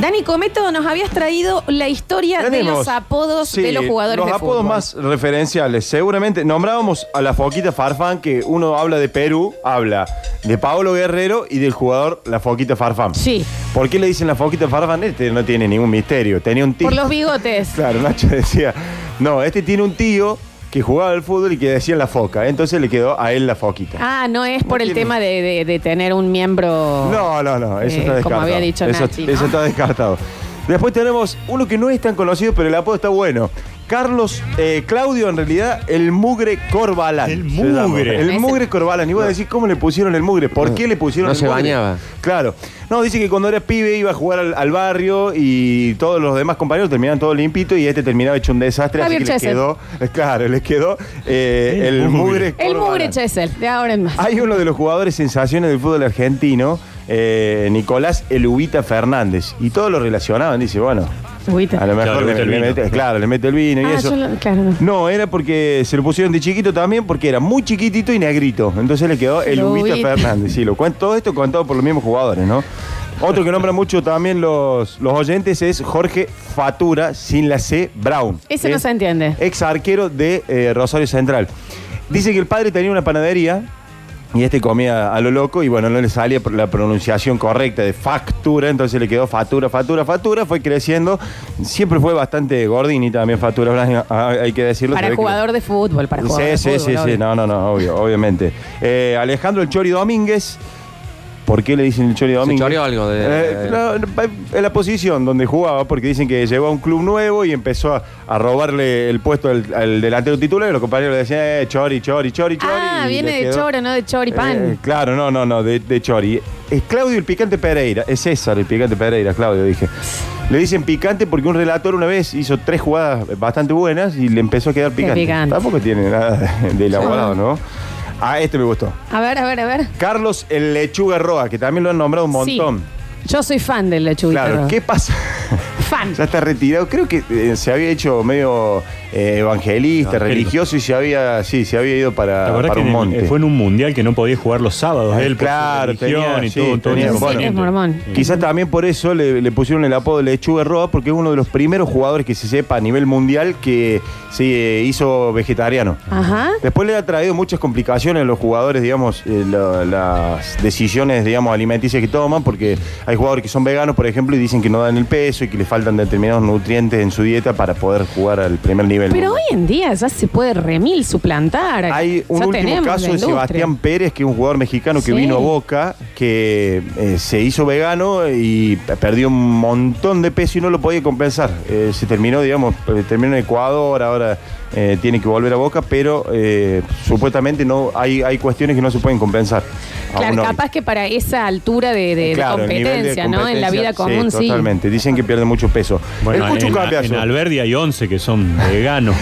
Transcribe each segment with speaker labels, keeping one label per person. Speaker 1: Dani Cometo, nos habías traído la historia de
Speaker 2: Tenemos-
Speaker 1: los apodos
Speaker 2: sí,
Speaker 1: de los jugadores
Speaker 2: Los
Speaker 1: de
Speaker 2: apodos
Speaker 1: fútbol.
Speaker 2: más referenciales. Seguramente nombrábamos a la Foquita Farfán, que uno habla de Perú, habla de Paolo Guerrero y del jugador La Foquita Farfán.
Speaker 1: Sí.
Speaker 2: ¿Por qué le dicen La Foquita Farfán? Este no tiene ningún misterio. Tenía un tío.
Speaker 1: Por los bigotes.
Speaker 2: Claro, Nacho decía, no, este tiene un tío que jugaba al fútbol y que decía La Foca. Entonces le quedó a él La Foquita.
Speaker 1: Ah, no es por el
Speaker 2: tiene-
Speaker 1: tema de, de- de tener un miembro.
Speaker 2: No, no, no, eso
Speaker 1: Eh,
Speaker 2: está descartado.
Speaker 1: como había dicho
Speaker 2: eso,
Speaker 1: Nachi, ¿no?
Speaker 2: eso está descartado. Después tenemos uno que no es tan conocido, pero el apodo está bueno. Carlos, eh, Claudio, en realidad, el mugre Corbalán.
Speaker 3: El
Speaker 2: se llama.
Speaker 3: mugre.
Speaker 2: El mugre Corbalán. Y vos decís, ¿cómo le pusieron el mugre? ¿Por qué le pusieron
Speaker 4: no
Speaker 2: el
Speaker 4: se
Speaker 2: mugre?
Speaker 4: bañaba.
Speaker 2: Claro. No, dice que cuando era pibe iba a jugar al, al barrio y todos los demás compañeros terminaban todo limpito y este terminaba hecho un desastre.
Speaker 1: Javier
Speaker 2: así que les
Speaker 1: Chesel.
Speaker 2: quedó, claro, les quedó eh, el,
Speaker 3: El
Speaker 2: mugre,
Speaker 3: mugre.
Speaker 1: El mugre
Speaker 2: Corbalán.
Speaker 1: Chesel, de ahora en más.
Speaker 2: Hay uno de los jugadores sensaciones del fútbol argentino, eh, Nicolás Elubita Fernández. Y todos lo relacionaban. Dice, bueno,
Speaker 1: Agüita.
Speaker 2: a lo mejor
Speaker 3: Claro, le
Speaker 2: le,
Speaker 3: mete el
Speaker 2: le
Speaker 3: vino.
Speaker 2: mete, claro, le mete el vino y
Speaker 1: Ah,
Speaker 2: eso.
Speaker 1: yo lo- claro, no.
Speaker 2: No, era porque se lo pusieron de chiquito también, porque era muy chiquitito y negrito. Entonces le quedó el
Speaker 1: Lubita.
Speaker 2: Ubita Fernández. Sí, lo cuento, todo esto contado por los mismos jugadores, ¿no? Otro que nombran mucho también los, los oyentes es Jorge Fatura, sin la C, Brown.
Speaker 1: Ese no
Speaker 2: Es
Speaker 1: se entiende.
Speaker 2: Ex arquero de eh, Rosario Central. Dice que el padre tenía una panadería y este comía a lo loco y bueno, no le salía por la pronunciación correcta de factura, entonces le quedó factura, factura, factura, fue creciendo. Siempre fue bastante gordini también factura, Blas, ah, hay que decirlo. se
Speaker 1: Para
Speaker 2: ve que-
Speaker 1: jugador de fútbol, para jugador de
Speaker 2: Sí, sí,
Speaker 1: fútbol,
Speaker 2: sí, sí,
Speaker 1: obvio.
Speaker 2: no, no, no, obvio, obviamente. Eh, Alejandro El Chori Domínguez. ¿Por qué le dicen el Chori Domínguez?
Speaker 4: choreó algo de-
Speaker 2: Eh, no, no, pa- en la posición donde jugaba, porque dicen que llegó a un club nuevo y empezó a, a robarle el puesto al, al delantero titular y los compañeros le decían, eh, Chori, Chori, Chori, Chori.
Speaker 1: Ah,
Speaker 2: y
Speaker 1: viene
Speaker 2: le
Speaker 1: de
Speaker 2: quedó-
Speaker 1: choro, no de choripán.
Speaker 2: eh, claro, no, no, no, de, de Chori. Es Claudio el Picante Pereira, es César el Picante Pereira, Claudio, dije. Le dicen picante porque un relator una vez hizo tres jugadas bastante buenas y le empezó a quedar picante.
Speaker 1: picante.
Speaker 2: Tampoco tiene nada de elaborado, ¿no? Ah, este me gustó.
Speaker 1: A ver, a ver, a ver.
Speaker 2: Carlos el Lechuga Roa, que también lo han nombrado un montón.
Speaker 1: Sí. Yo soy fan del lechuguita.
Speaker 2: Claro,
Speaker 1: Roja.
Speaker 2: ¿qué pasa?
Speaker 1: Fan.
Speaker 2: Ya está retirado. Creo que eh, se había hecho medio eh, evangelista,
Speaker 3: Evangélico.
Speaker 2: religioso y se había, sí, se había ido para,
Speaker 3: La verdad
Speaker 2: para
Speaker 3: que
Speaker 2: un
Speaker 3: en el-
Speaker 2: monte.
Speaker 3: fue en un mundial que no podía jugar los sábados él por su
Speaker 2: Claro,
Speaker 3: religión
Speaker 2: tenía,
Speaker 3: y
Speaker 2: sí,
Speaker 3: todo, todo
Speaker 2: tenía-
Speaker 3: ese
Speaker 2: bueno.
Speaker 3: componente.
Speaker 1: Sí, es mormón.
Speaker 3: Sí.
Speaker 2: Quizás también por eso le, le pusieron el apodo Lechuga Roa, porque es uno de los primeros jugadores que se sepa a nivel mundial que se hizo vegetariano.
Speaker 1: Ajá.
Speaker 2: Después le ha traído muchas complicaciones a los jugadores, digamos, eh, la- las decisiones, digamos, alimenticias que toman, porque hay jugadores que son veganos, por ejemplo, y dicen que no dan el peso y que le faltan determinados nutrientes en su dieta para poder jugar al primer nivel.
Speaker 1: Pero hoy en día ya se puede remil suplantar.
Speaker 2: Hay un
Speaker 1: Ya
Speaker 2: último
Speaker 1: tenemos
Speaker 2: caso
Speaker 1: la
Speaker 2: de
Speaker 1: industria.
Speaker 2: Sebastián Pérez, que es un jugador mexicano que
Speaker 1: Sí.
Speaker 2: vino a Boca, que eh, se hizo vegano y perdió un montón de peso y no lo podía compensar. Eh, se terminó, digamos, eh, terminó en Ecuador, ahora eh, tiene que volver a Boca, pero eh, supuestamente no hay, hay cuestiones que no se pueden compensar.
Speaker 1: Claro,
Speaker 2: Aún hoy.
Speaker 1: capaz que para esa altura de, de- de
Speaker 2: Claro, el nivel de
Speaker 1: competencia, ¿no? En la vida
Speaker 2: competencia,
Speaker 1: común, sí.
Speaker 2: Totalmente, dicen que pierde mucho peso.
Speaker 3: Bueno,
Speaker 2: el Cuchu
Speaker 3: en,
Speaker 2: Cambiaso,
Speaker 3: en Alberdi hay 11 que son veganos.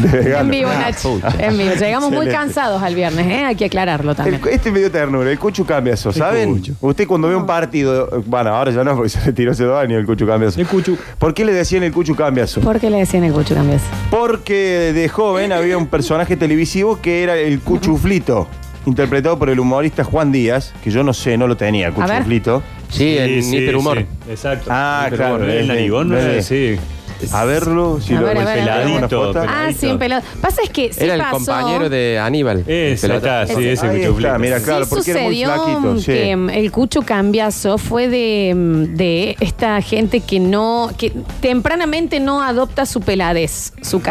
Speaker 2: de vegano.
Speaker 1: En vivo, Nacho. En vivo. Llegamos muy
Speaker 2: Excelente.
Speaker 1: cansados al viernes, ¿eh? Hay que aclararlo también.
Speaker 2: El- este me dio ternura, el Cuchu Cambiaso, ¿saben? Usted cuando ve un partido, bueno, ahora ya no, porque se retiró hace dos años el Cuchu Cambiaso.
Speaker 3: El Cuchu.
Speaker 2: ¿Por qué le decían el Cuchu Cambiaso?
Speaker 1: ¿Por qué le decían el cucho cambias?
Speaker 2: Porque de joven había un personaje televisivo que era el Cuchuflito, interpretado por el humorista Juan Díaz, que yo no sé, no lo tenía,
Speaker 1: ver.
Speaker 2: Cuchuflito.
Speaker 4: Sí, en Hiperhumor.
Speaker 3: sí, exacto.
Speaker 2: Ah, claro,
Speaker 3: Hiperhumor, ¿no?
Speaker 2: es
Speaker 3: El
Speaker 2: de-
Speaker 3: narigón, ¿no?
Speaker 2: no es de-
Speaker 3: Era, sí.
Speaker 2: A verlo, si
Speaker 1: A
Speaker 2: lo
Speaker 1: ver, a ver, a ver.
Speaker 2: tenemos una foto.
Speaker 3: Peladito,
Speaker 1: Ah,
Speaker 3: Ahí
Speaker 1: sí,
Speaker 3: está.
Speaker 1: un pelado. Pasa es que sí
Speaker 4: Era el
Speaker 1: pasó-
Speaker 4: compañero de Aníbal.
Speaker 3: Ese
Speaker 4: Pelota.
Speaker 3: está, sí, ese
Speaker 2: Ahí
Speaker 3: cuchuflito.
Speaker 2: está, mira, claro,
Speaker 1: sí
Speaker 2: porque era muy
Speaker 1: sucedió
Speaker 2: flaquito. sí.
Speaker 1: que mm, el Cucho Cambiazo fue de, mm, de esta gente que no, que tempranamente no adopta su peladez, su
Speaker 2: Ah,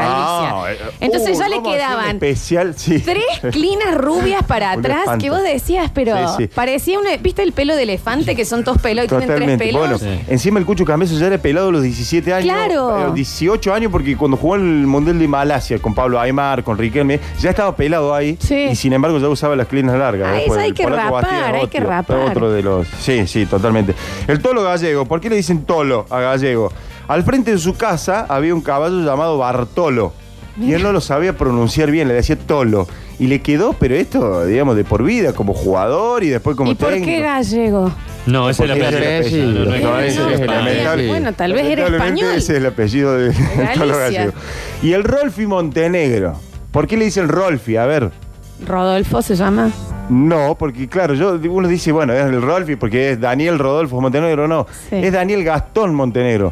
Speaker 1: caricia.
Speaker 2: eh,
Speaker 1: Entonces
Speaker 2: uh,
Speaker 1: ya le
Speaker 2: vamos a hacer un
Speaker 1: quedaban
Speaker 2: Especial, sí.
Speaker 1: tres clinas rubias para
Speaker 2: Un
Speaker 1: atrás
Speaker 2: elefante.
Speaker 1: que vos decías, pero
Speaker 2: Sí, sí.
Speaker 1: parecía una, ¿viste el pelo de elefante que son dos pelos y tienen
Speaker 2: Totalmente.
Speaker 1: tres pelos?
Speaker 2: Bueno, encima el Cucho Cambeso ya era pelado a los 17 años.
Speaker 1: Claro.
Speaker 2: eh, 18 años, porque cuando jugó en el Mundial de Malasia con Pablo Aymar, con Riquelme, ya estaba pelado ahí.
Speaker 1: Sí.
Speaker 2: Y sin embargo ya usaba las clinas largas.
Speaker 1: Ah,
Speaker 2: Después,
Speaker 1: eso hay
Speaker 2: el
Speaker 1: que
Speaker 2: polaco
Speaker 1: rapar, hay
Speaker 2: Bastidas
Speaker 1: que
Speaker 2: Ottio,
Speaker 1: rapar.
Speaker 2: Otro de los. Sí, sí, totalmente. El tolo gallego. ¿Por qué le dicen tolo a gallego? Al frente de su casa había un caballo llamado Bartolo. Y él no lo sabía pronunciar bien, le decía tolo. Y le quedó, pero esto, digamos, de por vida, como jugador y después como
Speaker 1: ¿Y por qué
Speaker 2: técnico.
Speaker 1: gallego?
Speaker 3: No, esa es la
Speaker 2: Porque
Speaker 3: playa.
Speaker 2: es
Speaker 3: No, no, no,
Speaker 4: el
Speaker 3: no,
Speaker 1: apellido.
Speaker 3: es
Speaker 1: No,
Speaker 3: el
Speaker 1: no,
Speaker 3: apellido.
Speaker 1: bien, bueno, tal vez era
Speaker 2: Lamentablemente
Speaker 1: español.
Speaker 2: Ese es el apellido de
Speaker 1: Galicia.
Speaker 2: Gallego. Y el Rolfi Montenegro. ¿Por qué le dicen Rolfi? A ver.
Speaker 1: Rodolfo se llama.
Speaker 2: No, porque claro, yo uno dice, bueno, es el Rolfi, porque es Daniel Rodolfo Montenegro, no.
Speaker 1: Sí.
Speaker 2: Es Daniel Gastón Montenegro.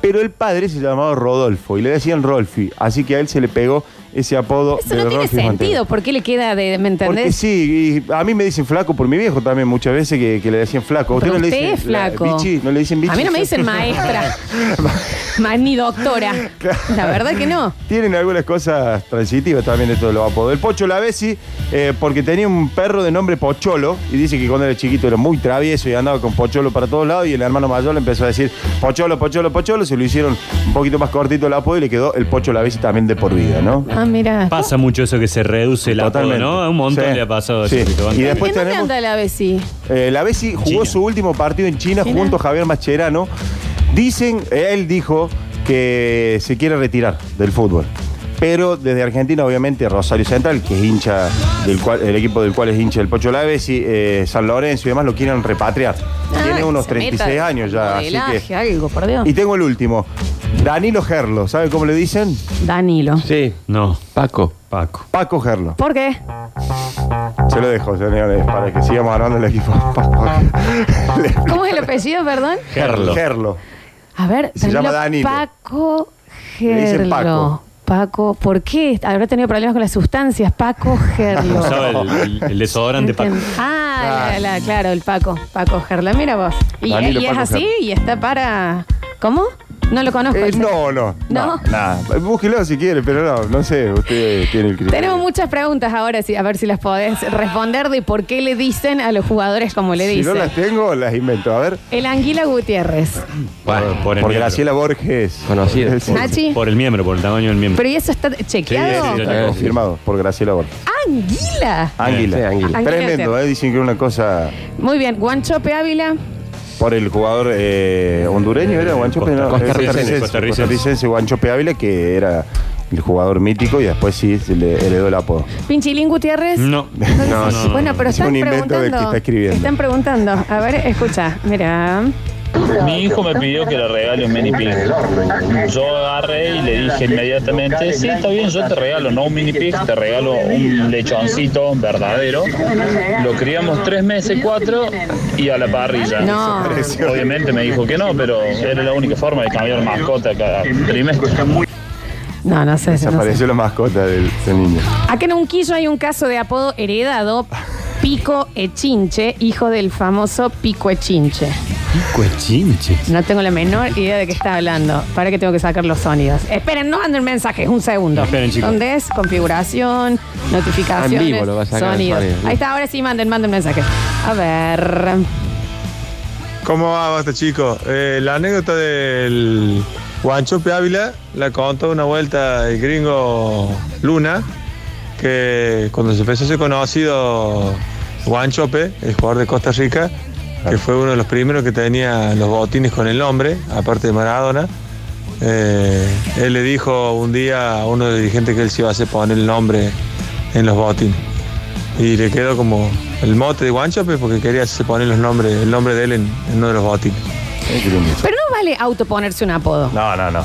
Speaker 2: Pero el padre se llamaba Rodolfo y le decían Rolfi, así que a él se le pegó ese apodo.
Speaker 1: Eso
Speaker 2: de
Speaker 1: no tiene
Speaker 2: Rolfi
Speaker 1: sentido.
Speaker 2: Montenegro.
Speaker 1: ¿Por qué le queda de, me
Speaker 2: Porque
Speaker 1: entendés?
Speaker 2: sí, y a mí me dicen flaco por mi viejo también muchas veces que, que le decían flaco. ¿A
Speaker 1: Porque
Speaker 2: no le
Speaker 1: usted
Speaker 2: dicen
Speaker 1: es flaco.
Speaker 2: la- bichi? ¿No le dicen bichi?
Speaker 1: A mí no me dicen maestra, más ni doctora. La verdad que no.
Speaker 2: Tienen algunas cosas transitivas también esto de los apodos. El Pocho Lavesi, eh, porque tenía un perro de nombre Pocholo, y dice que cuando era chiquito era muy travieso y andaba con Pocholo para todos lados, y el hermano mayor le empezó a decir Pocholo, Pocholo, Pocholo, se lo hicieron un poquito más cortito el apodo y le quedó el Pocho Lavesi también de por vida, ¿no?
Speaker 1: Ah, mira.
Speaker 3: Pasa mucho eso que se reduce el apodo,
Speaker 2: Totalmente.
Speaker 3: ¿no? A un montón
Speaker 2: Sí.
Speaker 3: le ha pasado. a
Speaker 2: Sí.
Speaker 3: Chiquito Banca.
Speaker 2: Y
Speaker 1: ¿En
Speaker 2: después
Speaker 1: dónde
Speaker 2: tenemos-
Speaker 1: anda la Bessi?
Speaker 2: Eh, la Bessi jugó
Speaker 3: China.
Speaker 2: su último partido en China,
Speaker 1: China.
Speaker 2: junto a Javier Mascherano. Dicen, él dijo que se quiere retirar del fútbol. Pero desde Argentina, obviamente, Rosario Central, que es hincha del cual, el equipo del cual es hincha el Pocho Laves y eh, San Lorenzo y demás, lo quieren repatriar. Tiene
Speaker 1: Ay,
Speaker 2: unos
Speaker 1: se meta
Speaker 2: 36 años ya. Así
Speaker 1: modelaje,
Speaker 2: que...
Speaker 1: algo, por Dios.
Speaker 2: Y tengo el último. Danilo Gerlo, ¿sabe cómo le dicen?
Speaker 1: Danilo.
Speaker 4: Sí,
Speaker 3: No,
Speaker 4: Paco.
Speaker 3: Paco.
Speaker 2: Paco Gerlo.
Speaker 1: ¿Por qué?
Speaker 2: Se lo dejo, señores, para que sigamos armando el equipo. Paco.
Speaker 1: ¿Cómo es el apellido, perdón?
Speaker 3: Gerlo.
Speaker 2: Gerlo.
Speaker 1: A ver,
Speaker 2: Se llama Danilo.
Speaker 1: Paco
Speaker 2: Le dicen
Speaker 1: Gerlo. Paco.
Speaker 2: Paco.
Speaker 1: ¿por qué? Habrá tenido problemas con las sustancias. Paco Gerlo.
Speaker 3: Usaba el, el desodorante Paco.
Speaker 1: Ah, la- la- claro, el Paco. Paco Gerlo, mira vos. Y,
Speaker 2: Danilo
Speaker 1: y es
Speaker 2: Paco
Speaker 1: así
Speaker 2: Gerlo.
Speaker 1: y está para... ¿Cómo? No lo conozco.
Speaker 2: Eh,
Speaker 1: el señor.
Speaker 2: no, no.
Speaker 1: ¿No?
Speaker 2: No. Nada. Búsquelo si quiere, pero no, no sé. Usted tiene el criterio.
Speaker 1: Tenemos muchas preguntas ahora, sí, a ver si las podés responder de por qué le dicen a los jugadores como le
Speaker 2: Si
Speaker 1: dicen.
Speaker 2: no las tengo, las invento. A ver.
Speaker 1: El Anguila Gutiérrez.
Speaker 2: por,
Speaker 3: Bueno, por el
Speaker 2: por
Speaker 3: miembro.
Speaker 2: Graciela Borges.
Speaker 4: Conocida.
Speaker 2: Sí, sí,
Speaker 1: Nachi.
Speaker 3: Por el miembro, por el tamaño del miembro.
Speaker 1: Pero ¿y eso está
Speaker 3: Sí,
Speaker 1: chequeado?
Speaker 3: sí, sí,
Speaker 2: está confirmado por Graciela Borges.
Speaker 1: ¡Anguila!
Speaker 2: Águila.
Speaker 4: Sí, Águila.
Speaker 1: Águila
Speaker 2: Tremendo,
Speaker 1: Gutiérrez.
Speaker 2: eh, dicen que era una cosa
Speaker 1: Muy bien, Guanchope Ávila.
Speaker 2: por el jugador eh, hondureño, ¿era Guanchope? No,
Speaker 4: Costa-
Speaker 2: eh,
Speaker 4: costarricense,
Speaker 3: costarricense.
Speaker 2: Costarricense, Guanchope Ávila, que era el jugador mítico y después sí se le heredó el apodo.
Speaker 1: Pinchilín Gutiérrez.
Speaker 3: No.
Speaker 1: No
Speaker 3: No,
Speaker 1: dice-
Speaker 3: no, no.
Speaker 1: bueno, pero
Speaker 2: Es
Speaker 1: están
Speaker 2: un invento
Speaker 1: preguntando.
Speaker 2: del que está escribiendo.
Speaker 1: Están preguntando. A ver, escucha, mira.
Speaker 5: Mi hijo me pidió que le regale un mini pig. Yo agarré y le dije inmediatamente, sí, está bien, yo te regalo, no un mini pig, te regalo un lechoncito verdadero. Lo criamos tres meses, cuatro, y a la parrilla.
Speaker 1: No.
Speaker 5: Obviamente me dijo que no, pero era la única forma de cambiar mascota cada trimestre.
Speaker 1: No, no sé. No sé.
Speaker 2: Desapareció la mascota del, del niño.
Speaker 1: Acá en Unquillo hay un caso de apodo heredado. Pico Echinche, hijo del famoso Pico Echinche.
Speaker 3: Pico es chinche.
Speaker 1: No tengo la menor idea de qué está hablando. Para que tengo que sacar los sonidos. Esperen, no manden mensajes, un segundo.
Speaker 3: Esperen, chicos.
Speaker 1: ¿Dónde es? Configuración, notificaciones,
Speaker 4: Ah, en vivo lo va a sacar el
Speaker 1: sonidos.
Speaker 4: sonido.
Speaker 1: Ahí está, ahora sí manden, manden mensajes. A ver.
Speaker 6: ¿Cómo va, basta, chico? Eh, la anécdota del Guanchope Ávila la contó una vuelta el gringo Luna, que cuando se empezó a ser conocido Guanchope, el jugador de Costa Rica, que fue uno de los primeros que tenía los botines con el nombre, aparte de Maradona, eh, él le dijo un día a uno de los dirigentes que él se iba a hacer poner el nombre en los botines. Y le quedó como el mote de Guanchope porque quería se poner los nombres, el nombre de él en, en uno de los botines.
Speaker 1: Pero no vale autoponerse un apodo.
Speaker 2: No, no, no.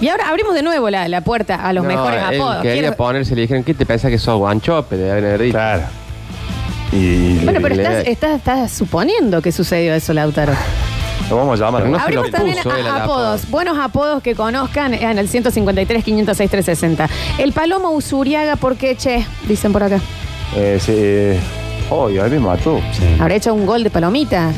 Speaker 1: Y ahora abrimos de nuevo la, la puerta a los
Speaker 4: No,
Speaker 1: mejores
Speaker 4: él
Speaker 1: apodos.
Speaker 4: Quería
Speaker 1: Quiero-
Speaker 4: ponerse, le dijeron, ¿qué te pensás que sos guanchope? Le deben haber dicho.
Speaker 2: Claro. Y
Speaker 1: Bueno, pero
Speaker 4: Le-
Speaker 1: estás, estás, estás suponiendo que sucedió eso, Lautaro.
Speaker 2: lo vamos a llamar.
Speaker 4: Pero no
Speaker 2: ¿no?
Speaker 4: se lo
Speaker 1: Abrimos también
Speaker 4: puso él
Speaker 1: a-
Speaker 4: al
Speaker 1: apodos.
Speaker 4: apodo.
Speaker 1: Buenos apodos que conozcan eh, en el 153 506 360. El Palomo Usuriaga, ¿por qué, che? Dicen por acá.
Speaker 2: Eh, se, eh, oh, y ahí me mató.
Speaker 1: ¿Habrá hecho un gol de palomita?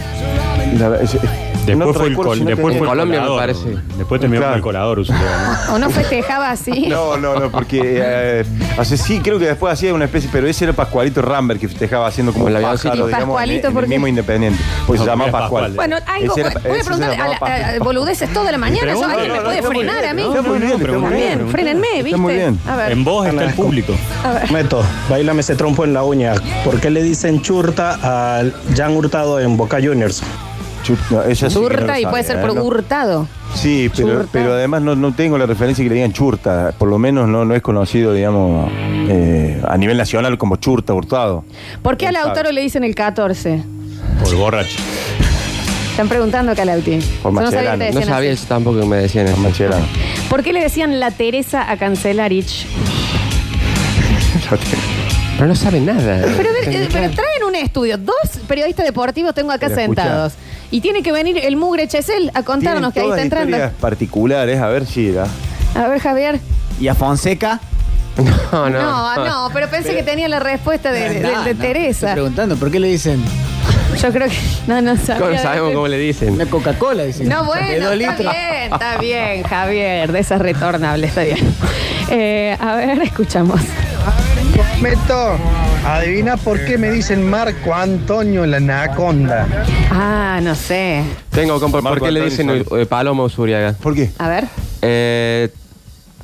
Speaker 2: La verdad, es-
Speaker 3: Después
Speaker 2: no
Speaker 3: fue el,
Speaker 2: recuerdo
Speaker 3: col-
Speaker 2: si no
Speaker 3: después
Speaker 2: tenía-
Speaker 3: fue el
Speaker 4: Colombia, me
Speaker 3: colador.
Speaker 4: parece.
Speaker 3: Después terminó
Speaker 2: Claro.
Speaker 3: con el colador. Usuria, ¿no?
Speaker 1: ¿O no festejaba así?
Speaker 2: No, no, no, porque eh, o sea, sí, creo que después hacía una especie, pero ese era Pascualito Rambert que festejaba haciendo como
Speaker 4: Como
Speaker 2: el
Speaker 4: la
Speaker 2: pájaro,
Speaker 1: avioncito.
Speaker 2: digamos,
Speaker 1: Pascualito,
Speaker 2: en- en,
Speaker 1: ¿por
Speaker 2: el
Speaker 1: qué?
Speaker 2: mismo independiente. Pues se
Speaker 3: No,
Speaker 2: llamaba
Speaker 3: era Pascual.
Speaker 2: Pascual.
Speaker 1: Bueno, algo,
Speaker 2: Ese era-
Speaker 1: voy a
Speaker 2: ese se
Speaker 1: preguntarle a,
Speaker 2: llamaba
Speaker 1: la- a- a-
Speaker 2: Pascual.
Speaker 1: boludeces toda la mañana. Yo,
Speaker 3: Pregúntale,
Speaker 1: ¿Alguien me
Speaker 3: no,
Speaker 1: puede
Speaker 3: está muy
Speaker 1: frenar
Speaker 3: bien,
Speaker 1: a mí?
Speaker 2: está muy bien, está muy
Speaker 1: También,
Speaker 2: bien.
Speaker 1: frenenme, ¿viste?
Speaker 2: Está muy bien.
Speaker 1: A ver.
Speaker 3: En vos está el público.
Speaker 7: Meto, bailame ese trompo en la uña. ¿Por qué le dicen churta al Jan Hurtado en Boca Juniors?
Speaker 2: Chut, no, esa sí que no
Speaker 1: Churta
Speaker 2: lo
Speaker 1: y puede
Speaker 2: sabía,
Speaker 1: ser
Speaker 2: ¿eh?
Speaker 1: por
Speaker 2: No.
Speaker 1: hurtado.
Speaker 2: Sí, pero,
Speaker 1: Churta.
Speaker 2: pero además no, no tengo la referencia que le digan churta. Por lo menos no, no es conocido, digamos, eh, a nivel nacional como churta, hurtado.
Speaker 1: ¿Por qué a
Speaker 2: Quién
Speaker 1: Lautaro le dicen el 14?
Speaker 3: Por borracho.
Speaker 1: Están preguntando acá, Lauti. Yo no sabía que te
Speaker 2: Mascherano.
Speaker 4: No
Speaker 1: decían
Speaker 4: sabía
Speaker 1: así.
Speaker 4: eso tampoco que me decían eso.
Speaker 2: Macherano.
Speaker 1: ¿Por qué le decían la Teresa a Cancelarich?
Speaker 4: Pero no sabe nada.
Speaker 1: Pero, a ver, eh, pero traen un estudio, dos periodistas deportivos tengo acá
Speaker 2: Pero escucha.
Speaker 1: sentados. Y tiene que venir el mugre Chesel a contarnos
Speaker 2: Tienen
Speaker 1: que ahí
Speaker 2: todas
Speaker 1: está entrando.
Speaker 2: historias particulares, a ver si era.
Speaker 1: A ver, Javier.
Speaker 8: Y a Fonseca.
Speaker 4: No, no.
Speaker 1: No, no, pero pensé que tenía la respuesta de, de-
Speaker 8: No,
Speaker 1: de
Speaker 8: no, Estoy
Speaker 1: Teresa.
Speaker 8: preguntando, ¿por qué le dicen
Speaker 1: Yo creo que. No, no sabía.
Speaker 4: ¿Cómo sabemos cómo le dicen?
Speaker 8: una Coca-Cola? Dicen,
Speaker 1: No,
Speaker 8: De
Speaker 1: bueno, está
Speaker 8: dos litros.
Speaker 1: bien, está bien, Javier. De esas retornables, está bien. Eh, a ver, escuchamos.
Speaker 9: Meto, adivina por qué me dicen Marco Antonio la anaconda.
Speaker 1: Ah, no sé.
Speaker 4: Tengo, compa, ¿por
Speaker 2: Marco
Speaker 4: qué le
Speaker 2: Antonio
Speaker 4: dicen
Speaker 2: Solís.
Speaker 4: eh, Palomo Usuriaga?
Speaker 2: ¿Por qué?
Speaker 1: A ver.
Speaker 4: Eh,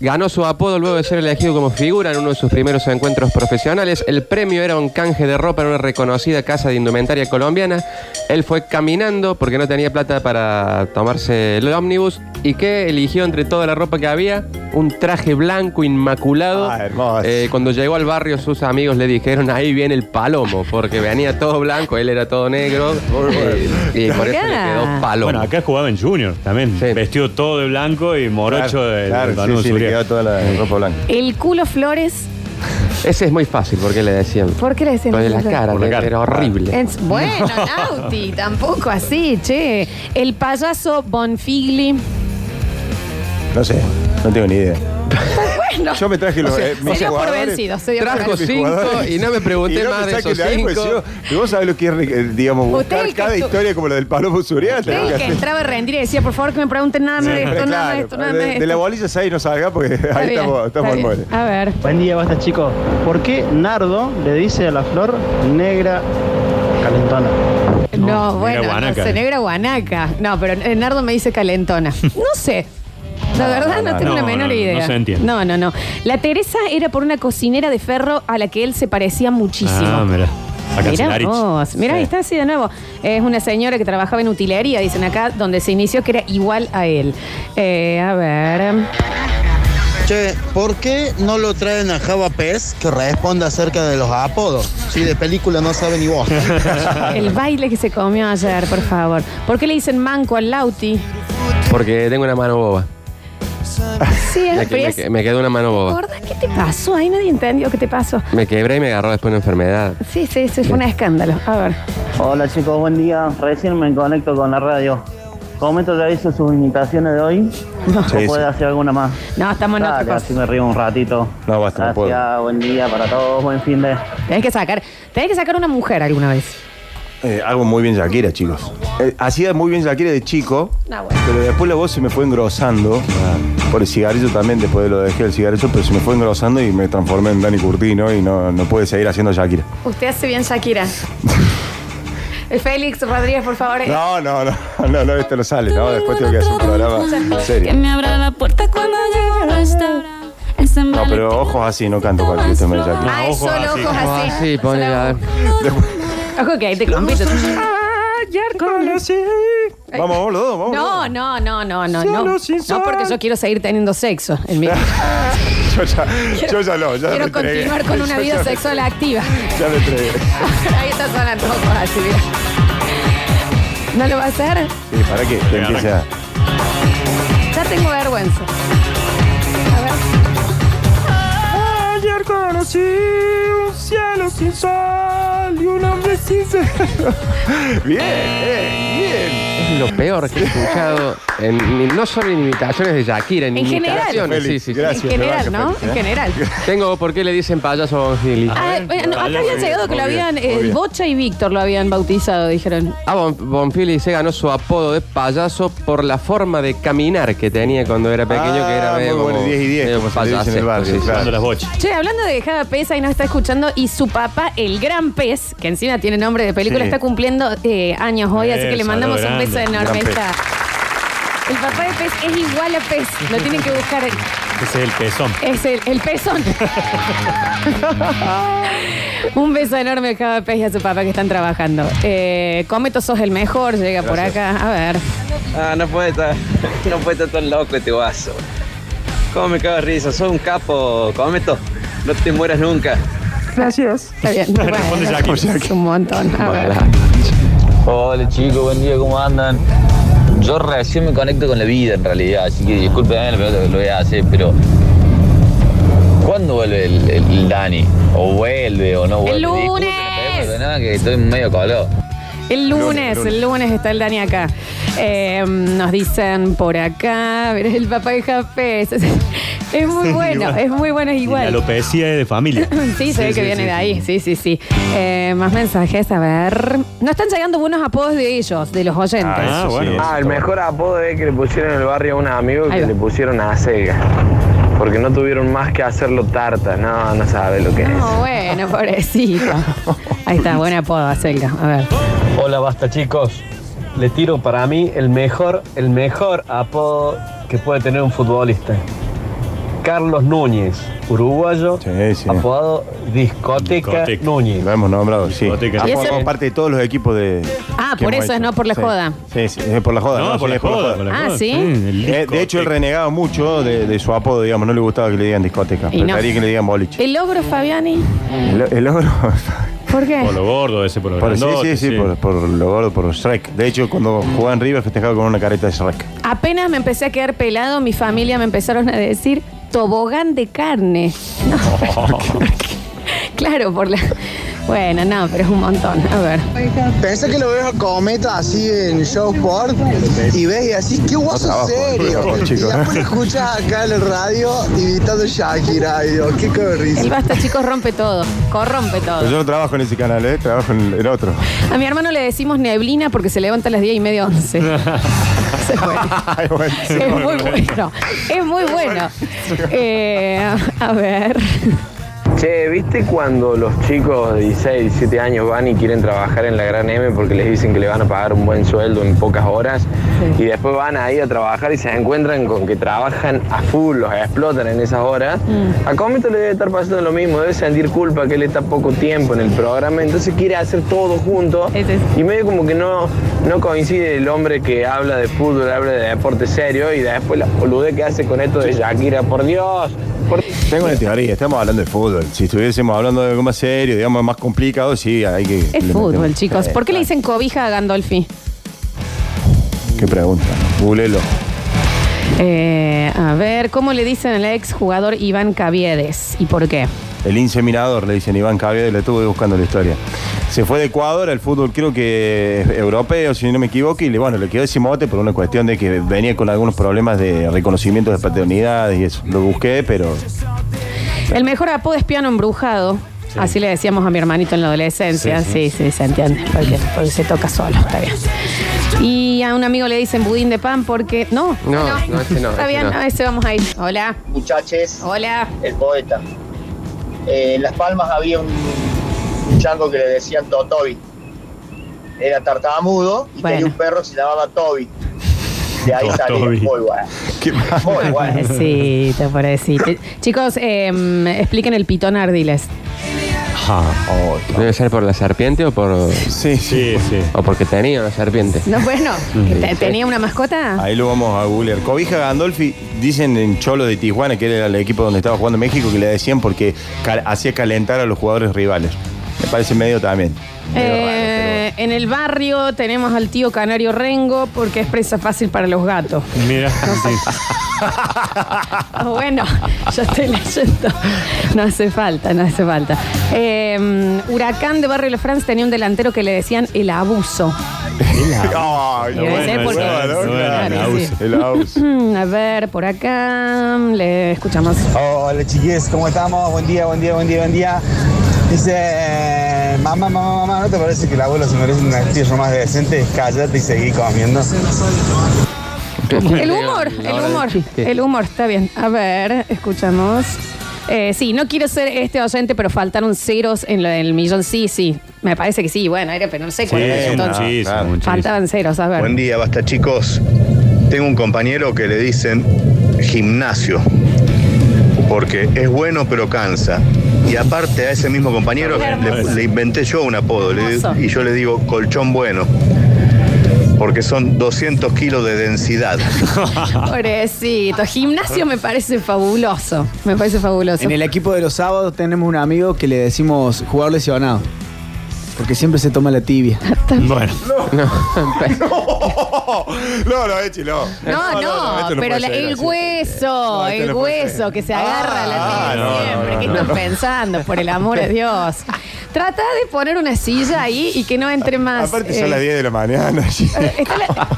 Speaker 4: ganó su apodo luego de ser elegido como figura en uno de sus primeros encuentros profesionales. El premio era un canje de ropa en una reconocida casa de indumentaria colombiana. Él fue caminando porque no tenía plata para tomarse el ómnibus. ¿Y qué eligió entre toda la ropa que había? Un traje blanco inmaculado.
Speaker 2: Ah, hermoso.
Speaker 4: Eh, cuando llegó al barrio, sus amigos le dijeron: Ahí viene el palomo, porque venía todo blanco, él era todo negro. Eh, y por eso le quedó palomo.
Speaker 3: Bueno, acá jugaba en Junior también.
Speaker 4: Sí.
Speaker 3: Vestido todo de blanco y morocho
Speaker 2: Claro,
Speaker 3: de
Speaker 2: claro, sí, sí, le quedó
Speaker 3: Ah,
Speaker 2: toda la ropa blanca.
Speaker 1: El culo Flores.
Speaker 4: Ese es muy fácil, porque le decían.
Speaker 1: ¿Por qué le decían
Speaker 4: Lo de
Speaker 1: el
Speaker 4: la
Speaker 1: culo?
Speaker 4: cara,
Speaker 3: Por la cara.
Speaker 4: era horrible.
Speaker 1: En- bueno, Nauti, tampoco así, che. El payaso Bonfigli.
Speaker 2: No sé, no tengo ni idea.
Speaker 1: Bueno,
Speaker 2: Yo me traje los.
Speaker 1: O sea,
Speaker 2: eh,
Speaker 1: se
Speaker 2: mis
Speaker 1: dio por
Speaker 2: jugadores.
Speaker 1: vencido, se dio por
Speaker 4: Trajo
Speaker 1: vencido.
Speaker 2: Mis
Speaker 4: cinco
Speaker 2: jugadores.
Speaker 4: y no me pregunté
Speaker 2: Y no
Speaker 4: más de
Speaker 2: saquen
Speaker 4: esos
Speaker 2: ahí, pues,
Speaker 4: cinco.
Speaker 2: si vos- vos sabés lo que es, eh, digamos,
Speaker 1: Usted
Speaker 2: buscar
Speaker 1: el que
Speaker 2: cada
Speaker 1: estu-
Speaker 2: historia como la del Palomo Surial.
Speaker 1: Usted el que entraba a rendir y decía, por favor, que me pregunten nada más de esto, nada más de esto, nada más de
Speaker 2: de,
Speaker 1: esto.
Speaker 2: de la bolilla 6 no salga porque
Speaker 1: Está
Speaker 2: ahí
Speaker 1: bien, está
Speaker 2: estamos, estamos al
Speaker 1: bien.
Speaker 2: muere.
Speaker 1: A ver.
Speaker 9: Buen día, basta chicos. ¿Por qué Nardo le dice a la flor negra calentona?
Speaker 1: No,
Speaker 3: negra
Speaker 1: bueno,
Speaker 3: guanaca.
Speaker 1: no sé, negra guanaca. No, pero eh, Nardo me dice calentona. No sé. La verdad no,
Speaker 2: no,
Speaker 1: tengo
Speaker 3: no,
Speaker 1: la menor
Speaker 3: no, no
Speaker 1: idea.
Speaker 3: se entiende.
Speaker 1: No, no, no. La Teresa era por una cocinera de ferro a la que él se parecía muchísimo.
Speaker 3: Ah, mira. Acá en
Speaker 1: Mirá
Speaker 3: Larich.
Speaker 1: vos, mirá, ahí está así de nuevo. Es una señora que trabajaba en utilería, dicen acá, donde se inició que era igual a él. Eh, a ver.
Speaker 10: Che, ¿por qué no lo traen a Java Pez que responda acerca de los apodos? Si de película no sabe ni vos.
Speaker 1: El baile que se comió ayer, por favor. ¿Por qué le dicen manco al Lauti?
Speaker 4: Porque tengo una mano boba.
Speaker 1: Sí, es
Speaker 4: Me, que- me
Speaker 1: es-
Speaker 4: que- me quedó una mano boba.
Speaker 1: Gorda, ¿Qué te pasó? Ahí nadie entendió qué te pasó.
Speaker 4: Me quebré y me agarró después una enfermedad.
Speaker 1: Sí, sí, sí, fue un escándalo. A ver.
Speaker 9: Hola chicos, buen día. Recién me conecto con la radio. Comento ya hizo sus imitaciones de hoy.
Speaker 2: Sí, sí.
Speaker 9: ¿O puede hacer alguna más?
Speaker 1: No, estamos en otra
Speaker 9: Dale, así
Speaker 1: cosa.
Speaker 9: me río un ratito.
Speaker 2: No, basta, no puedo.
Speaker 9: Gracias, buen día para todos, buen fin de...
Speaker 1: Tenés que sacar, tenés que sacar una mujer alguna vez.
Speaker 2: Eh, hago muy bien Shakira, chicos. Eh, hacía muy bien Shakira de chico,
Speaker 1: No, Ah, bueno.
Speaker 2: pero después la voz se me fue engrosando. Ah, Por el cigarrillo también, después de lo dejé el cigarrillo, pero se me fue engrosando y me transformé en Dani Curtino y no, no pude seguir haciendo Shakira.
Speaker 1: Usted hace bien Shakira. Eh, Félix Rodríguez, por favor. eh,
Speaker 2: No, no, no, no, no, esto no sale, no, después tengo que hacer un programa serio.
Speaker 11: me abra la puerta cuando llegue al restaurante. Ese
Speaker 2: No, pero ojos así, no canto para el de Shakira.
Speaker 1: Ah, es
Speaker 3: ojos
Speaker 1: solo
Speaker 3: así.
Speaker 1: ojos así.
Speaker 4: Ah, sí, ponle
Speaker 1: Solo
Speaker 4: a ver.
Speaker 1: ojos. Ojo que ahí te compito.
Speaker 2: Vamos, vamos los dos, vamos.
Speaker 1: No, no, no, no, no, no. No porque yo quiero seguir teniendo sexo en mi
Speaker 2: Yo ya, yo ya no, ya me
Speaker 1: Quiero
Speaker 2: entregué.
Speaker 1: continuar con una
Speaker 2: Yo
Speaker 1: vida
Speaker 2: ya me-
Speaker 1: sexual activa.
Speaker 2: Ya me entregué.
Speaker 1: Ahí está sonando ojos así, mira. ¿No lo va a hacer?
Speaker 2: Sí, para Eh, que que empiece a...
Speaker 1: Ya tengo vergüenza. A ver.
Speaker 2: Ayer conocí un cielo sin sol y un hombre sin cielo. bien, eh,
Speaker 4: Es lo peor que he escuchado. en- ni- no solo en imitaciones de Shakira, en,
Speaker 1: En general.
Speaker 4: imitaciones.
Speaker 2: Félix,
Speaker 4: sí, sí, sí.
Speaker 2: gracias.
Speaker 1: en
Speaker 2: me
Speaker 1: general,
Speaker 2: baja,
Speaker 1: ¿no?
Speaker 2: Félix,
Speaker 1: En
Speaker 2: ¿eh?
Speaker 1: general.
Speaker 4: Tengo por qué le dicen payaso Bonfigli. Ah,
Speaker 1: Ah, bueno, acá
Speaker 2: Muy
Speaker 1: habían
Speaker 2: bien,
Speaker 1: llegado que lo
Speaker 2: muy bien,
Speaker 1: habían.
Speaker 2: muy
Speaker 1: eh,
Speaker 2: bien.
Speaker 1: Bocha y Víctor lo habían bautizado, dijeron.
Speaker 4: Bon- Bonfigli se ganó su apodo de payaso por la forma de caminar que tenía cuando era pequeño, que era
Speaker 2: Ah,
Speaker 4: medio
Speaker 2: muy bueno,
Speaker 4: como-
Speaker 2: 10 y 10,
Speaker 4: medio
Speaker 2: como se le dice en el
Speaker 4: payasesco,
Speaker 2: barrio,
Speaker 4: sí, sí.
Speaker 2: claro.
Speaker 3: Dando las bochas.
Speaker 1: Che, hablando de Java Pez, ahí nos está escuchando, y su papá, el gran pez, que encima tiene nombre de película,
Speaker 2: Sí.
Speaker 1: está cumpliendo eh, años hoy, así
Speaker 3: Eh,
Speaker 1: que le
Speaker 3: saludo
Speaker 1: mandamos un
Speaker 3: grande,
Speaker 1: beso enorme.
Speaker 2: gran pez.
Speaker 1: Está. El papá de pez es igual a pez, lo tienen que buscar.
Speaker 3: Ese es el pezón.
Speaker 1: Es el, el pezón. un beso enorme a Java Pez y a su papá que están trabajando. Eh, Cometo, sos el mejor, llega por acá. A ver.
Speaker 10: Ah, no puede estar, no puede estar tan loco este guaso. ¿Cómo me cago de risa? Soy un capo, cómeto. No te mueras nunca.
Speaker 1: Está bien. Bueno, es un montón. A ver.
Speaker 10: Hola chicos, buen día, ¿cómo andan? Yo recién me conecto con la vida en realidad, así que disculpen la pregunta que lo voy a hacer, pero
Speaker 12: ¿Cuándo vuelve el, el Dani? ¿O vuelve o no vuelve?
Speaker 1: El lunes.
Speaker 12: Disculpen, pero nada, que estoy medio colado.
Speaker 1: El lunes, el lunes está el Dani acá. Eh, nos dicen por acá, verás el papá de Jafé. Es, es muy bueno, es muy bueno, es
Speaker 3: La
Speaker 1: igual.
Speaker 3: alopecia es de familia.
Speaker 1: Sí, se ve que viene de ahí, sí, sí, sí. Eh, más mensajes, a ver. No están llegando buenos apodos de ellos, de los oyentes.
Speaker 13: Ah, el mejor apodo es que le pusieron en el barrio a un amigo que le pusieron a Sega. Porque no tuvieron más que hacerlo tarta. No, no sabe lo que es.
Speaker 1: No, bueno, pobrecito. Ahí está, buen apodo, Acelga. A ver.
Speaker 14: Hola, basta chicos. Le tiro para mí el mejor, el mejor apodo que puede tener un futbolista. Carlos Núñez, uruguayo, apodado Discoteca, Núñez.
Speaker 2: Lo hemos nombrado, sí.
Speaker 1: Discoteca.
Speaker 2: Ha
Speaker 1: ¿Y ese-
Speaker 2: formado parte de todos los equipos de.
Speaker 1: Ah,
Speaker 2: que
Speaker 1: por
Speaker 2: hemos
Speaker 1: eso es
Speaker 2: hecho.
Speaker 1: no por la
Speaker 2: Sí.
Speaker 1: joda.
Speaker 2: Sí, sí, es por la joda.
Speaker 3: No,
Speaker 2: Sí,
Speaker 3: por la
Speaker 2: es
Speaker 3: joda, por la
Speaker 1: Ah, joda. ¿sí? Mm, el
Speaker 2: Eh, de hecho, él renegaba mucho de, de su apodo, digamos. No le gustaba que le digan discoteca.
Speaker 1: Y no.
Speaker 2: Prefería que le digan boliche.
Speaker 1: El ogro Fabiani,
Speaker 2: El, el ogro.
Speaker 1: ¿por qué?
Speaker 3: Por lo gordo ese, por lo
Speaker 2: Por, sí,
Speaker 3: grandote,
Speaker 2: sí, sí,
Speaker 3: sí.
Speaker 2: Por, por lo gordo, por Shrek. De hecho, cuando jugaban River festejaba con una careta de Shrek.
Speaker 1: Apenas me empecé a quedar pelado, mi familia me empezaron a decir tobogán de carne. No, claro, por la. Bueno, no, pero es un montón. A ver.
Speaker 15: Pensé que lo ves a Cometa así en Showport y ves y así, qué guaso
Speaker 2: trabajo,
Speaker 15: serio.
Speaker 2: no trabajo,
Speaker 15: y
Speaker 2: chico.
Speaker 15: después lo escuchas acá en el radio imitando a Shakira y digo, qué cabrisa.
Speaker 1: El basta, chicos, rompe todo. Corrompe
Speaker 2: Pero
Speaker 1: todo.
Speaker 2: yo no trabajo en ese canal, ¿eh? Trabajo en, en otro.
Speaker 1: A mi hermano le decimos neblina porque se levanta a las 10 y media 11. Se fue. Es muy bueno. Es muy bueno. Eh, a ver.
Speaker 13: Che, ¿viste cuando los chicos de 16, 17 años van y quieren trabajar en la Gran M porque les dicen que le van a pagar un buen sueldo en pocas horas? Y después van ahí a trabajar y se encuentran con que trabajan a full, los explotan en esas horas.
Speaker 1: Mm.
Speaker 13: A Comito le debe estar pasando lo mismo, debe sentir culpa que le está poco tiempo en el programa, entonces quiere hacer todo junto. Y medio como que no, no coincide el hombre que habla de fútbol, habla de deporte serio y después la boludez que hace con esto de Shakira, por Dios. Por...
Speaker 2: Tengo una teoría, estamos hablando de fútbol. Si estuviésemos hablando de algo más serio, digamos, más complicado, sí, hay que. Eh,
Speaker 1: Es
Speaker 2: le
Speaker 1: fútbol,
Speaker 2: metemos.
Speaker 1: chicos. ¿Por qué le dicen cobija a Gandolfi?
Speaker 2: Qué pregunta. Googlelo.
Speaker 1: Eh, a ver, ¿cómo le dicen al exjugador Iván Caviedes? ¿Y por qué?
Speaker 2: El inseminador, le dicen Iván Caviedes, le estuve buscando la historia. Se fue de Ecuador al fútbol, creo que es europeo, si no me equivoco, y le- bueno, le quedó ese mote por una cuestión de que venía con algunos problemas de reconocimiento de paternidades y eso. Lo busqué, pero
Speaker 1: El mejor apodo es piano embrujado. Así le decíamos a mi hermanito en la adolescencia. Sí, sí, se entiende. Porque, porque se toca solo, está bien. Y a un amigo le dicen budín de pan porque. No,
Speaker 4: No, no, ese no,
Speaker 1: Está
Speaker 4: ese
Speaker 1: bien,
Speaker 4: no.
Speaker 1: no, ese vamos ahí. Hola.
Speaker 16: Muchaches.
Speaker 1: Hola.
Speaker 16: El poeta. Eh, en Las Palmas había un, un chango que le decían Totobi. Era tartamudo y tenía un perro que se llamaba Toby. De ahí salió.
Speaker 1: Totobi.
Speaker 16: Muy bueno. Muy bueno.
Speaker 1: Pobrecito, pobrecito. Chicos, em, expliquen el pitón ardiles.
Speaker 4: ¿Debe ser por la serpiente o por.?
Speaker 2: Sí,
Speaker 4: sí, sí. O porque tenía una serpiente.
Speaker 1: No, bueno,
Speaker 4: Mm.
Speaker 1: ¿te- ¿tenía una mascota?
Speaker 2: Ahí lo vamos a googlear. Cobija Gandolfi, dicen en Cholo de Tijuana, que era el equipo donde estaba jugando México, que le decían porque cal- hacía calentar a los jugadores rivales. Me parece medio también.
Speaker 1: Eh, en el barrio tenemos al tío Canario Rengo porque es presa fácil para los gatos.
Speaker 3: Mira,
Speaker 1: Ah, Bueno, yo estoy leyendo. No hace falta, no hace falta. Eh, Huracán de Barrio de la France tenía un delantero que le decían el abuso.
Speaker 2: Ay,
Speaker 1: Debe ser porque- Claro, sí. Hmm, A ver, por acá mm, le escuchamos.
Speaker 17: Hola chiquillos, ¿cómo estamos? Buen día, buen día, buen día, buen día. Dice, mamá, mamá, mamá, ¿no te parece que el abuelo se merece un actillo más decente? Cállate y seguí comiendo.
Speaker 1: El humor, el humor, el humor, está bien. A ver, escuchamos. Eh, sí, no quiero ser este docente, pero faltaron ceros en lo del millón. Sí, sí, me parece que sí. Bueno, era, pero no sé cuál era
Speaker 18: Sí,
Speaker 1: entonces.
Speaker 18: muchísimo, muchísimo.
Speaker 1: Faltaban ceros, a ver.
Speaker 18: Buen día, basta chicos. Tengo un compañero que le dicen gimnasio, porque es bueno pero cansa. Y aparte a ese mismo compañero le, le inventé yo un apodo le-
Speaker 1: Hermoso.
Speaker 18: y yo le digo colchón bueno, porque son 200 kilos de densidad.
Speaker 1: Pobrecito, gimnasio me parece fabuloso. Me parece fabuloso.
Speaker 8: En el equipo de los sábados tenemos un amigo que le decimos jugador lesionado. Porque siempre se toma la tibia.
Speaker 1: Bueno.
Speaker 4: No,
Speaker 2: No, no, Echi, no.
Speaker 1: No, no,
Speaker 2: esto no
Speaker 1: pero
Speaker 2: puede
Speaker 1: la-
Speaker 2: ser
Speaker 1: el
Speaker 2: así.
Speaker 1: hueso,
Speaker 2: No, esto
Speaker 1: el
Speaker 2: no puede
Speaker 1: hueso que se agarra a la
Speaker 2: Ah,
Speaker 1: tele
Speaker 2: no, no,
Speaker 1: siempre.
Speaker 2: no,
Speaker 1: ¿Qué
Speaker 2: no,
Speaker 1: estás
Speaker 2: no.
Speaker 1: pensando? Por el amor de Dios. Trata de poner una silla ahí y que no entre más.
Speaker 2: Aparte
Speaker 1: eh,
Speaker 2: son las 10 de la mañana.
Speaker 1: eh, ¿Está, la-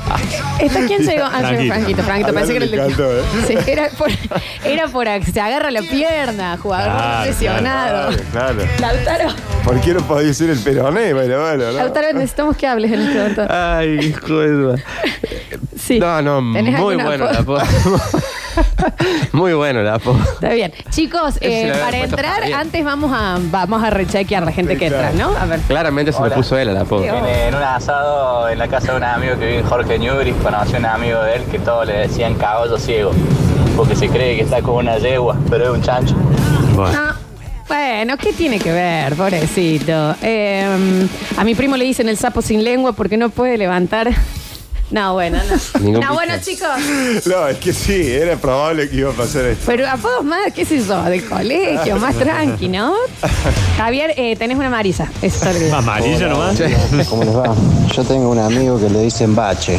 Speaker 1: ¿Está quién llegó? Ah, llegó Franquito,
Speaker 2: Franquito.
Speaker 1: Franquito. Pensé que era el del-
Speaker 2: Hablando ¿eh? de
Speaker 1: Sí, era por, era por ac- se agarra la pierna, jugador lesionado.
Speaker 2: Claro, claro.
Speaker 1: Lautaro,
Speaker 2: ¿Por qué no podía ser el peroné? Bueno, bueno, no.
Speaker 1: Lautaro, necesitamos que hables en este momento.
Speaker 4: Ay, hijo de- No, no,
Speaker 1: ¿Tenés
Speaker 4: muy
Speaker 1: alguna
Speaker 4: bueno el
Speaker 1: apodo?
Speaker 4: apodo. muy bueno el apodo.
Speaker 1: Está bien. Chicos, eh,
Speaker 4: se le había
Speaker 1: para
Speaker 4: puesto
Speaker 1: entrar,
Speaker 4: Javier.
Speaker 1: antes vamos a, vamos a rechequear la gente que entra, ¿no? A ver.
Speaker 4: Claramente se
Speaker 1: Hola.
Speaker 4: lo puso él el apodo.
Speaker 1: Sí,
Speaker 12: En, en un asado en la casa de un amigo que vive en Jorge Newbridge, conocí a un amigo de él que todos le decían caballo ciego, porque se cree que está como una yegua, pero es un chancho.
Speaker 1: No. Ah, Bueno, ¿qué tiene que ver, pobrecito? Eh, a mi primo le dicen el sapo sin lengua porque no puede levantar. No, bueno, no. No,
Speaker 2: Ningún bicho.
Speaker 1: bueno, chicos.
Speaker 2: No, es que sí, era probable que iba a pasar esto.
Speaker 1: Pero apodos más, qué sé yo, del colegio, más tranqui, ¿no? Javier, eh, tenés una Marisa. Eso es todo.
Speaker 3: Amarilla nomás.
Speaker 19: ¿Cómo les va? Yo tengo un amigo que le dicen bache,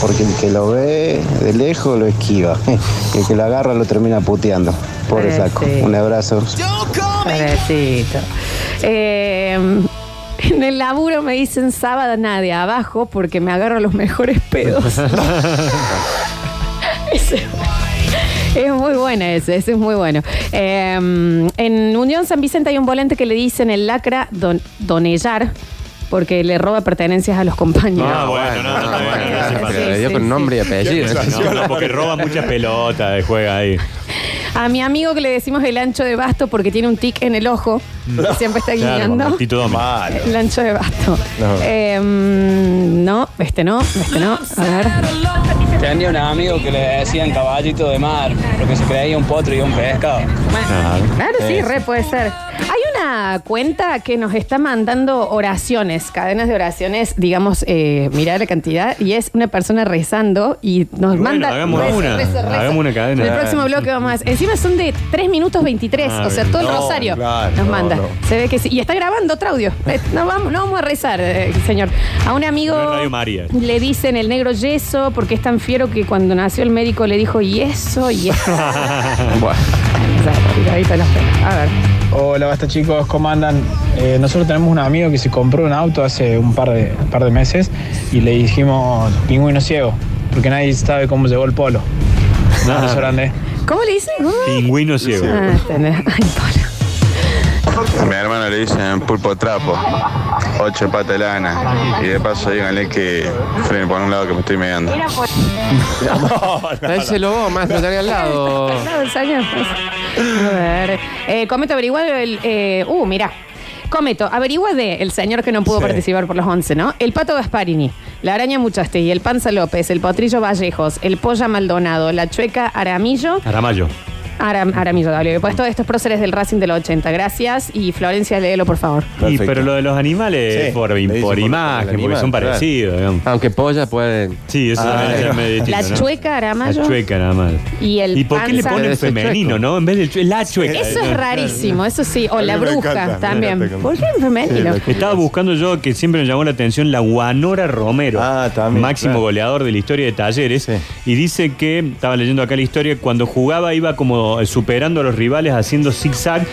Speaker 19: porque el que lo ve de lejos lo esquiva, y el que lo agarra lo termina puteando. Pobre
Speaker 1: Eh,
Speaker 19: saco.
Speaker 1: sí.
Speaker 19: Un abrazo.
Speaker 1: Pobrecito. Eh, en el laburo me dicen sábado nadie abajo porque me agarro los mejores pedos. Ese- Es muy buena ese, ese es muy bueno. Eh, en Unión San Vicente hay un volante que le dicen el lacra don, donellar porque le roba pertenencias a los compañeros.
Speaker 3: Ah, bueno, no, no, bueno, no hace falta.
Speaker 4: Le dio con nombre y apellido.
Speaker 3: No, no, porque roba muchas pelotas de juega ahí.
Speaker 1: A mi amigo que le decimos el ancho de basto porque tiene un tic en el ojo. que Siempre está guiñando. El ancho de basto.
Speaker 3: No.
Speaker 1: Eh, mm, no, este no, este no. A ver.
Speaker 20: Tenía un amigo que le decían caballito de mar, porque se creía un potro y un pescado.
Speaker 1: Claro, sí, re puede ser. Hay una cuenta que nos está mandando oraciones, cadenas de oraciones, digamos, eh, mirá la cantidad, y es una persona rezando y nos manda.
Speaker 3: hagamos
Speaker 1: reza,
Speaker 3: una,
Speaker 1: reza, reza.
Speaker 3: hagamos una cadena.
Speaker 1: En el próximo bloque vamos más. Encima son de 3 minutos 23,
Speaker 3: Ah,
Speaker 1: o sea, todo el
Speaker 3: no,
Speaker 1: rosario
Speaker 3: claro,
Speaker 1: nos
Speaker 3: no,
Speaker 1: manda.
Speaker 3: no.
Speaker 1: Se ve que sí. Y está grabando otro audio. Eh, No vamos, no vamos a rezar, eh, señor. A un amigo
Speaker 3: Pero en Radio María.
Speaker 1: le dicen el negro yeso porque es tan fiero que cuando nació el médico le dijo yeso, yeso. A ver.
Speaker 21: Hola, basta chicos, ¿cómo andan? Eh, nosotros tenemos un amigo que se compró un auto hace un par de, par de meses y le dijimos pingüino ciego, porque nadie sabe cómo llegó el polo. Abrazo grande.
Speaker 1: ¿Cómo le dicen? ¿Cómo?
Speaker 3: Pingüino ciego.
Speaker 1: Ah, tenés- Ay, Polo.
Speaker 22: A mi hermano le dicen pulpo trapo, ocho patas de lana. Y de paso díganle que frene por un lado que me estoy meando.
Speaker 4: Dáselo vos, más, lo tenés al lado.
Speaker 1: No, en serio. pues. A ver. Eh, cometo, averigua el. eh, uh, mirá. Cometo, averigua de el señor que no pudo
Speaker 23: Sí.
Speaker 1: participar por los 11, ¿no? El pato Gasparini, la araña Muchastegui, el panza López, el potrillo Vallejos, el polla Maldonado, la chueca Aramillo.
Speaker 3: Aramayo.
Speaker 1: Aram- Aramillo, W. Pues todos estos próceres del Racing del 80. Gracias. Y Florencia, léelo, por favor.
Speaker 3: Y, pero lo de los animales
Speaker 4: Sí,
Speaker 3: es por,
Speaker 4: le dicen
Speaker 3: por
Speaker 4: por-
Speaker 3: imagen,
Speaker 4: por el
Speaker 3: porque son
Speaker 4: animal, claro. Ah,
Speaker 3: parecidos.
Speaker 4: Aunque polla pueden.
Speaker 3: Sí, eso también es medio distinto,
Speaker 1: La
Speaker 3: ¿no?
Speaker 1: chueca Aramayo.
Speaker 3: La chueca nada más.
Speaker 1: Y el
Speaker 3: ¿Y por qué le
Speaker 1: panza-
Speaker 3: ponen femenino, no? En vez del chue- la chueca.
Speaker 1: Eso es rarísimo, eso sí. O
Speaker 3: A mí
Speaker 1: la
Speaker 3: me
Speaker 1: bruja
Speaker 3: encanta, me
Speaker 1: también.
Speaker 3: encanta.
Speaker 1: ¿Por qué en femenino?
Speaker 3: Estaba buscando yo que siempre me llamó la atención la Guanora Romero, máximo
Speaker 2: Ah, claro.
Speaker 3: goleador de la historia de Talleres, y dice que, estaba leyendo acá la historia, cuando jugaba iba como eh, superando a los rivales haciendo zigzag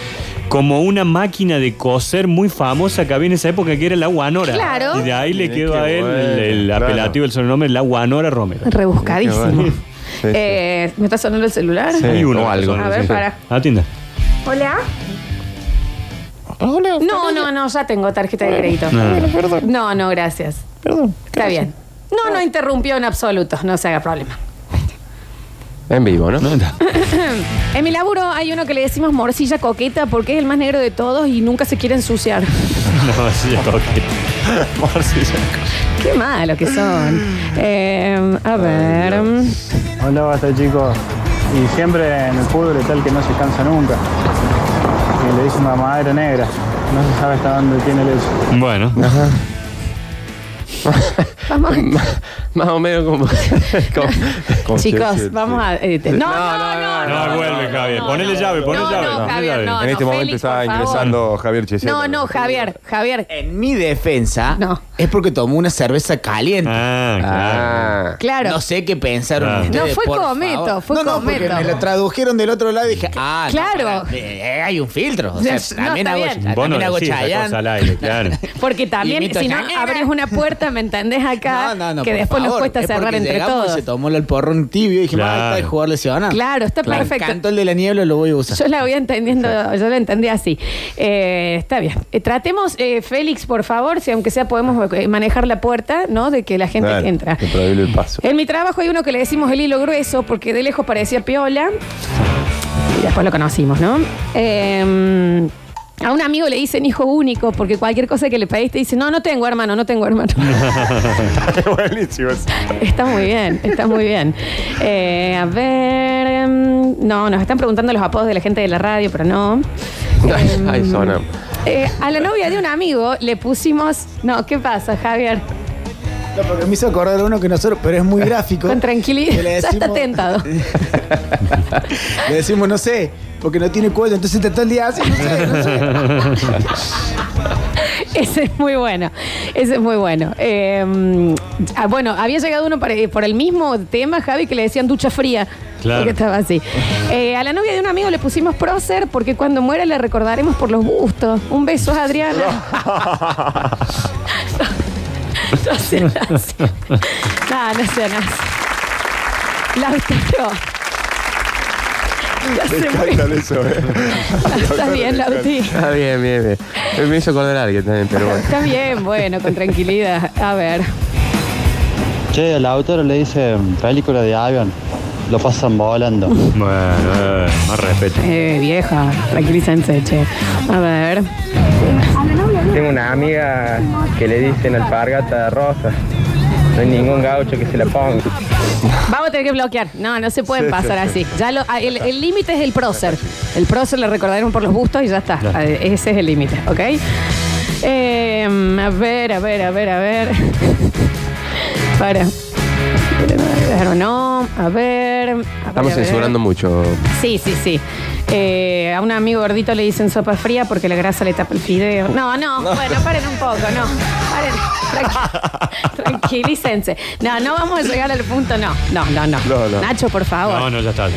Speaker 3: como una máquina de coser muy famosa que había en esa época que era la Guanora.
Speaker 1: Claro.
Speaker 3: Y de ahí le
Speaker 2: Mirá
Speaker 3: quedó
Speaker 2: qué
Speaker 3: a él
Speaker 2: bueno,
Speaker 3: el, el
Speaker 2: claro.
Speaker 3: apelativo, el sobrenombre, la Guanora Romero.
Speaker 1: Rebuscadísimo.
Speaker 3: Sí, sí.
Speaker 1: Eh, ¿Me está sonando el celular?
Speaker 3: Hay uno.
Speaker 1: A ver, para.
Speaker 3: Atienda.
Speaker 1: Hola. No, no, no, ya tengo tarjeta de crédito.
Speaker 3: Ah. Bueno,
Speaker 1: No, no, gracias. Perdón. Está bien. No, no interrumpió en absoluto, no se haga problema.
Speaker 4: En vivo, ¿no?
Speaker 1: en mi laburo hay uno que le decimos morcilla coqueta porque es el más negro de todos y nunca se quiere ensuciar.
Speaker 3: No, sí, ya toqué.
Speaker 1: Qué malo que son. Eh, a ver.
Speaker 21: Hola, basta chicos. Y siempre en el fútbol está el que no se cansa nunca. Y le dicen mamadera negra. No se sabe hasta dónde tiene el eso.
Speaker 3: Bueno.
Speaker 1: Vamos.
Speaker 4: Más o menos como. como-
Speaker 1: Chicos, vamos a. eh, te- no, no, no,
Speaker 3: No, vuelve, Javier. ponele llave, ponele
Speaker 1: no,
Speaker 3: llave.
Speaker 1: no, Javier,
Speaker 3: Ponele
Speaker 1: no,
Speaker 3: llave.
Speaker 2: en este
Speaker 1: no,
Speaker 2: momento
Speaker 1: Félix,
Speaker 2: está
Speaker 1: por favor.
Speaker 2: ingresando Javier Chesel.
Speaker 1: No, no, Javier, Javier.
Speaker 8: En mi defensa es porque tomó una cerveza caliente. Ah,
Speaker 1: Claro.
Speaker 8: No sé qué pensaron
Speaker 3: Ah.
Speaker 1: Claro.
Speaker 8: ustedes,
Speaker 1: No, fue
Speaker 8: por
Speaker 1: cometo,
Speaker 8: favor.
Speaker 1: fue
Speaker 8: no, no, porque
Speaker 1: cometo.
Speaker 8: me lo tradujeron del otro lado y dije, ah, no,
Speaker 1: Claro.
Speaker 8: pará, eh, hay un filtro. O sea,
Speaker 1: No,
Speaker 8: también
Speaker 1: está
Speaker 8: hago,
Speaker 1: bien.
Speaker 8: también
Speaker 3: Vos no
Speaker 8: hago
Speaker 3: decís esa
Speaker 8: Chayanne.
Speaker 3: cosa al aire, claro.
Speaker 1: Porque también,
Speaker 8: Mito
Speaker 1: si no,
Speaker 8: Yanina.
Speaker 1: abrís una puerta, ¿me entendés acá?
Speaker 8: No, no,
Speaker 1: que
Speaker 8: por
Speaker 1: después nos
Speaker 8: favor,
Speaker 1: cuesta
Speaker 8: es
Speaker 1: cerrar
Speaker 8: porque
Speaker 1: entre
Speaker 8: llegamos y
Speaker 1: todos.
Speaker 8: Se tomó el porrón tibio y dije,
Speaker 3: Claro.
Speaker 8: ah, está el jugador lesionado.
Speaker 1: Claro, está perfecto.
Speaker 8: Me encantó el de la niebla, lo voy a usar.
Speaker 1: Yo la voy entendiendo, yo la entendí así. Eh, está bien. Eh, tratemos, eh, Félix, por favor, si aunque sea podemos eh, manejar la puerta, ¿no? De que la gente
Speaker 2: Dale,
Speaker 1: entra.
Speaker 2: te prohíbe el paso.
Speaker 1: En mi trabajo hay uno que le decimos el hilo grueso porque de lejos parecía piola. Y después lo conocimos, ¿no? Eh, a un amigo le dicen hijo único porque cualquier cosa que le pediste dice, no, no tengo hermano, no tengo hermano.
Speaker 2: Buenísimo.
Speaker 1: Está muy bien, está muy bien. Eh, a ver, em, no, nos están preguntando los apodos de la gente de la radio, pero no. Em.
Speaker 4: Ahí sonamos.
Speaker 1: Eh, a la novia de un amigo le pusimos, no, ¿qué pasa, Javier?
Speaker 8: No, porque me hizo acordar uno que nosotros, pero es muy gráfico.
Speaker 1: Con
Speaker 8: Que
Speaker 1: tranquilidad,
Speaker 8: le
Speaker 1: ya está
Speaker 8: decimos-
Speaker 1: tentado.
Speaker 8: Le decimos, no sé, porque no tiene cuello, entonces está todo el día así, no sé, no sé.
Speaker 1: Ese es muy bueno, ese es muy bueno. Eh, ah, bueno, había llegado uno para- eh, por el mismo tema, Javi, que le decían ducha fría.
Speaker 3: Claro.
Speaker 1: Porque estaba así. Eh, a la novia de un amigo le pusimos prócer porque cuando muera le recordaremos por los gustos. Un beso, Adriana. No sean así. No, no sean así. Lautaro. Ya
Speaker 2: Me
Speaker 1: se
Speaker 2: encanta
Speaker 1: murió.
Speaker 2: eso, eh.
Speaker 1: Está bien, Lauti.
Speaker 4: Ah, bien, bien, bien. Eh, Me hizo acordar a alguien también, pero bueno.
Speaker 1: Está bien, bueno, con tranquilidad. A ver.
Speaker 5: Che, al autor le dicen película de avión, lo pasan volando.
Speaker 3: Bueno, eh, más respeto.
Speaker 1: Eh, vieja, tranquilícense, che. A ver.
Speaker 6: Tengo una amiga que le dicen alpargata rosa. No hay ningún gaucho que se la ponga.
Speaker 1: Vamos a tener que bloquear. No, no se pueden
Speaker 6: Sí,
Speaker 1: pasar
Speaker 6: sí, sí.
Speaker 1: así. Ya lo- ah, el- el límite es el prócer. El prócer le recordaron por los gustos y ya está.
Speaker 6: Claro.
Speaker 1: Ah, Ese es el límite, ¿ok? Eh, a ver, a ver, a ver, a ver. Para. Claro, no. A ver. a ver,
Speaker 4: Estamos
Speaker 1: a ver.
Speaker 4: censurando mucho.
Speaker 1: Sí, sí, sí. Eh, a un amigo gordito le dicen sopa fría porque la grasa le tapa el fideo. No, no, bueno, paren un poco, no. Paren, Tranqui- tranquilícense. No, no vamos a llegar al punto, no. No, no, no.
Speaker 3: No, no.
Speaker 1: Nacho, por favor.
Speaker 3: No, no, ya está.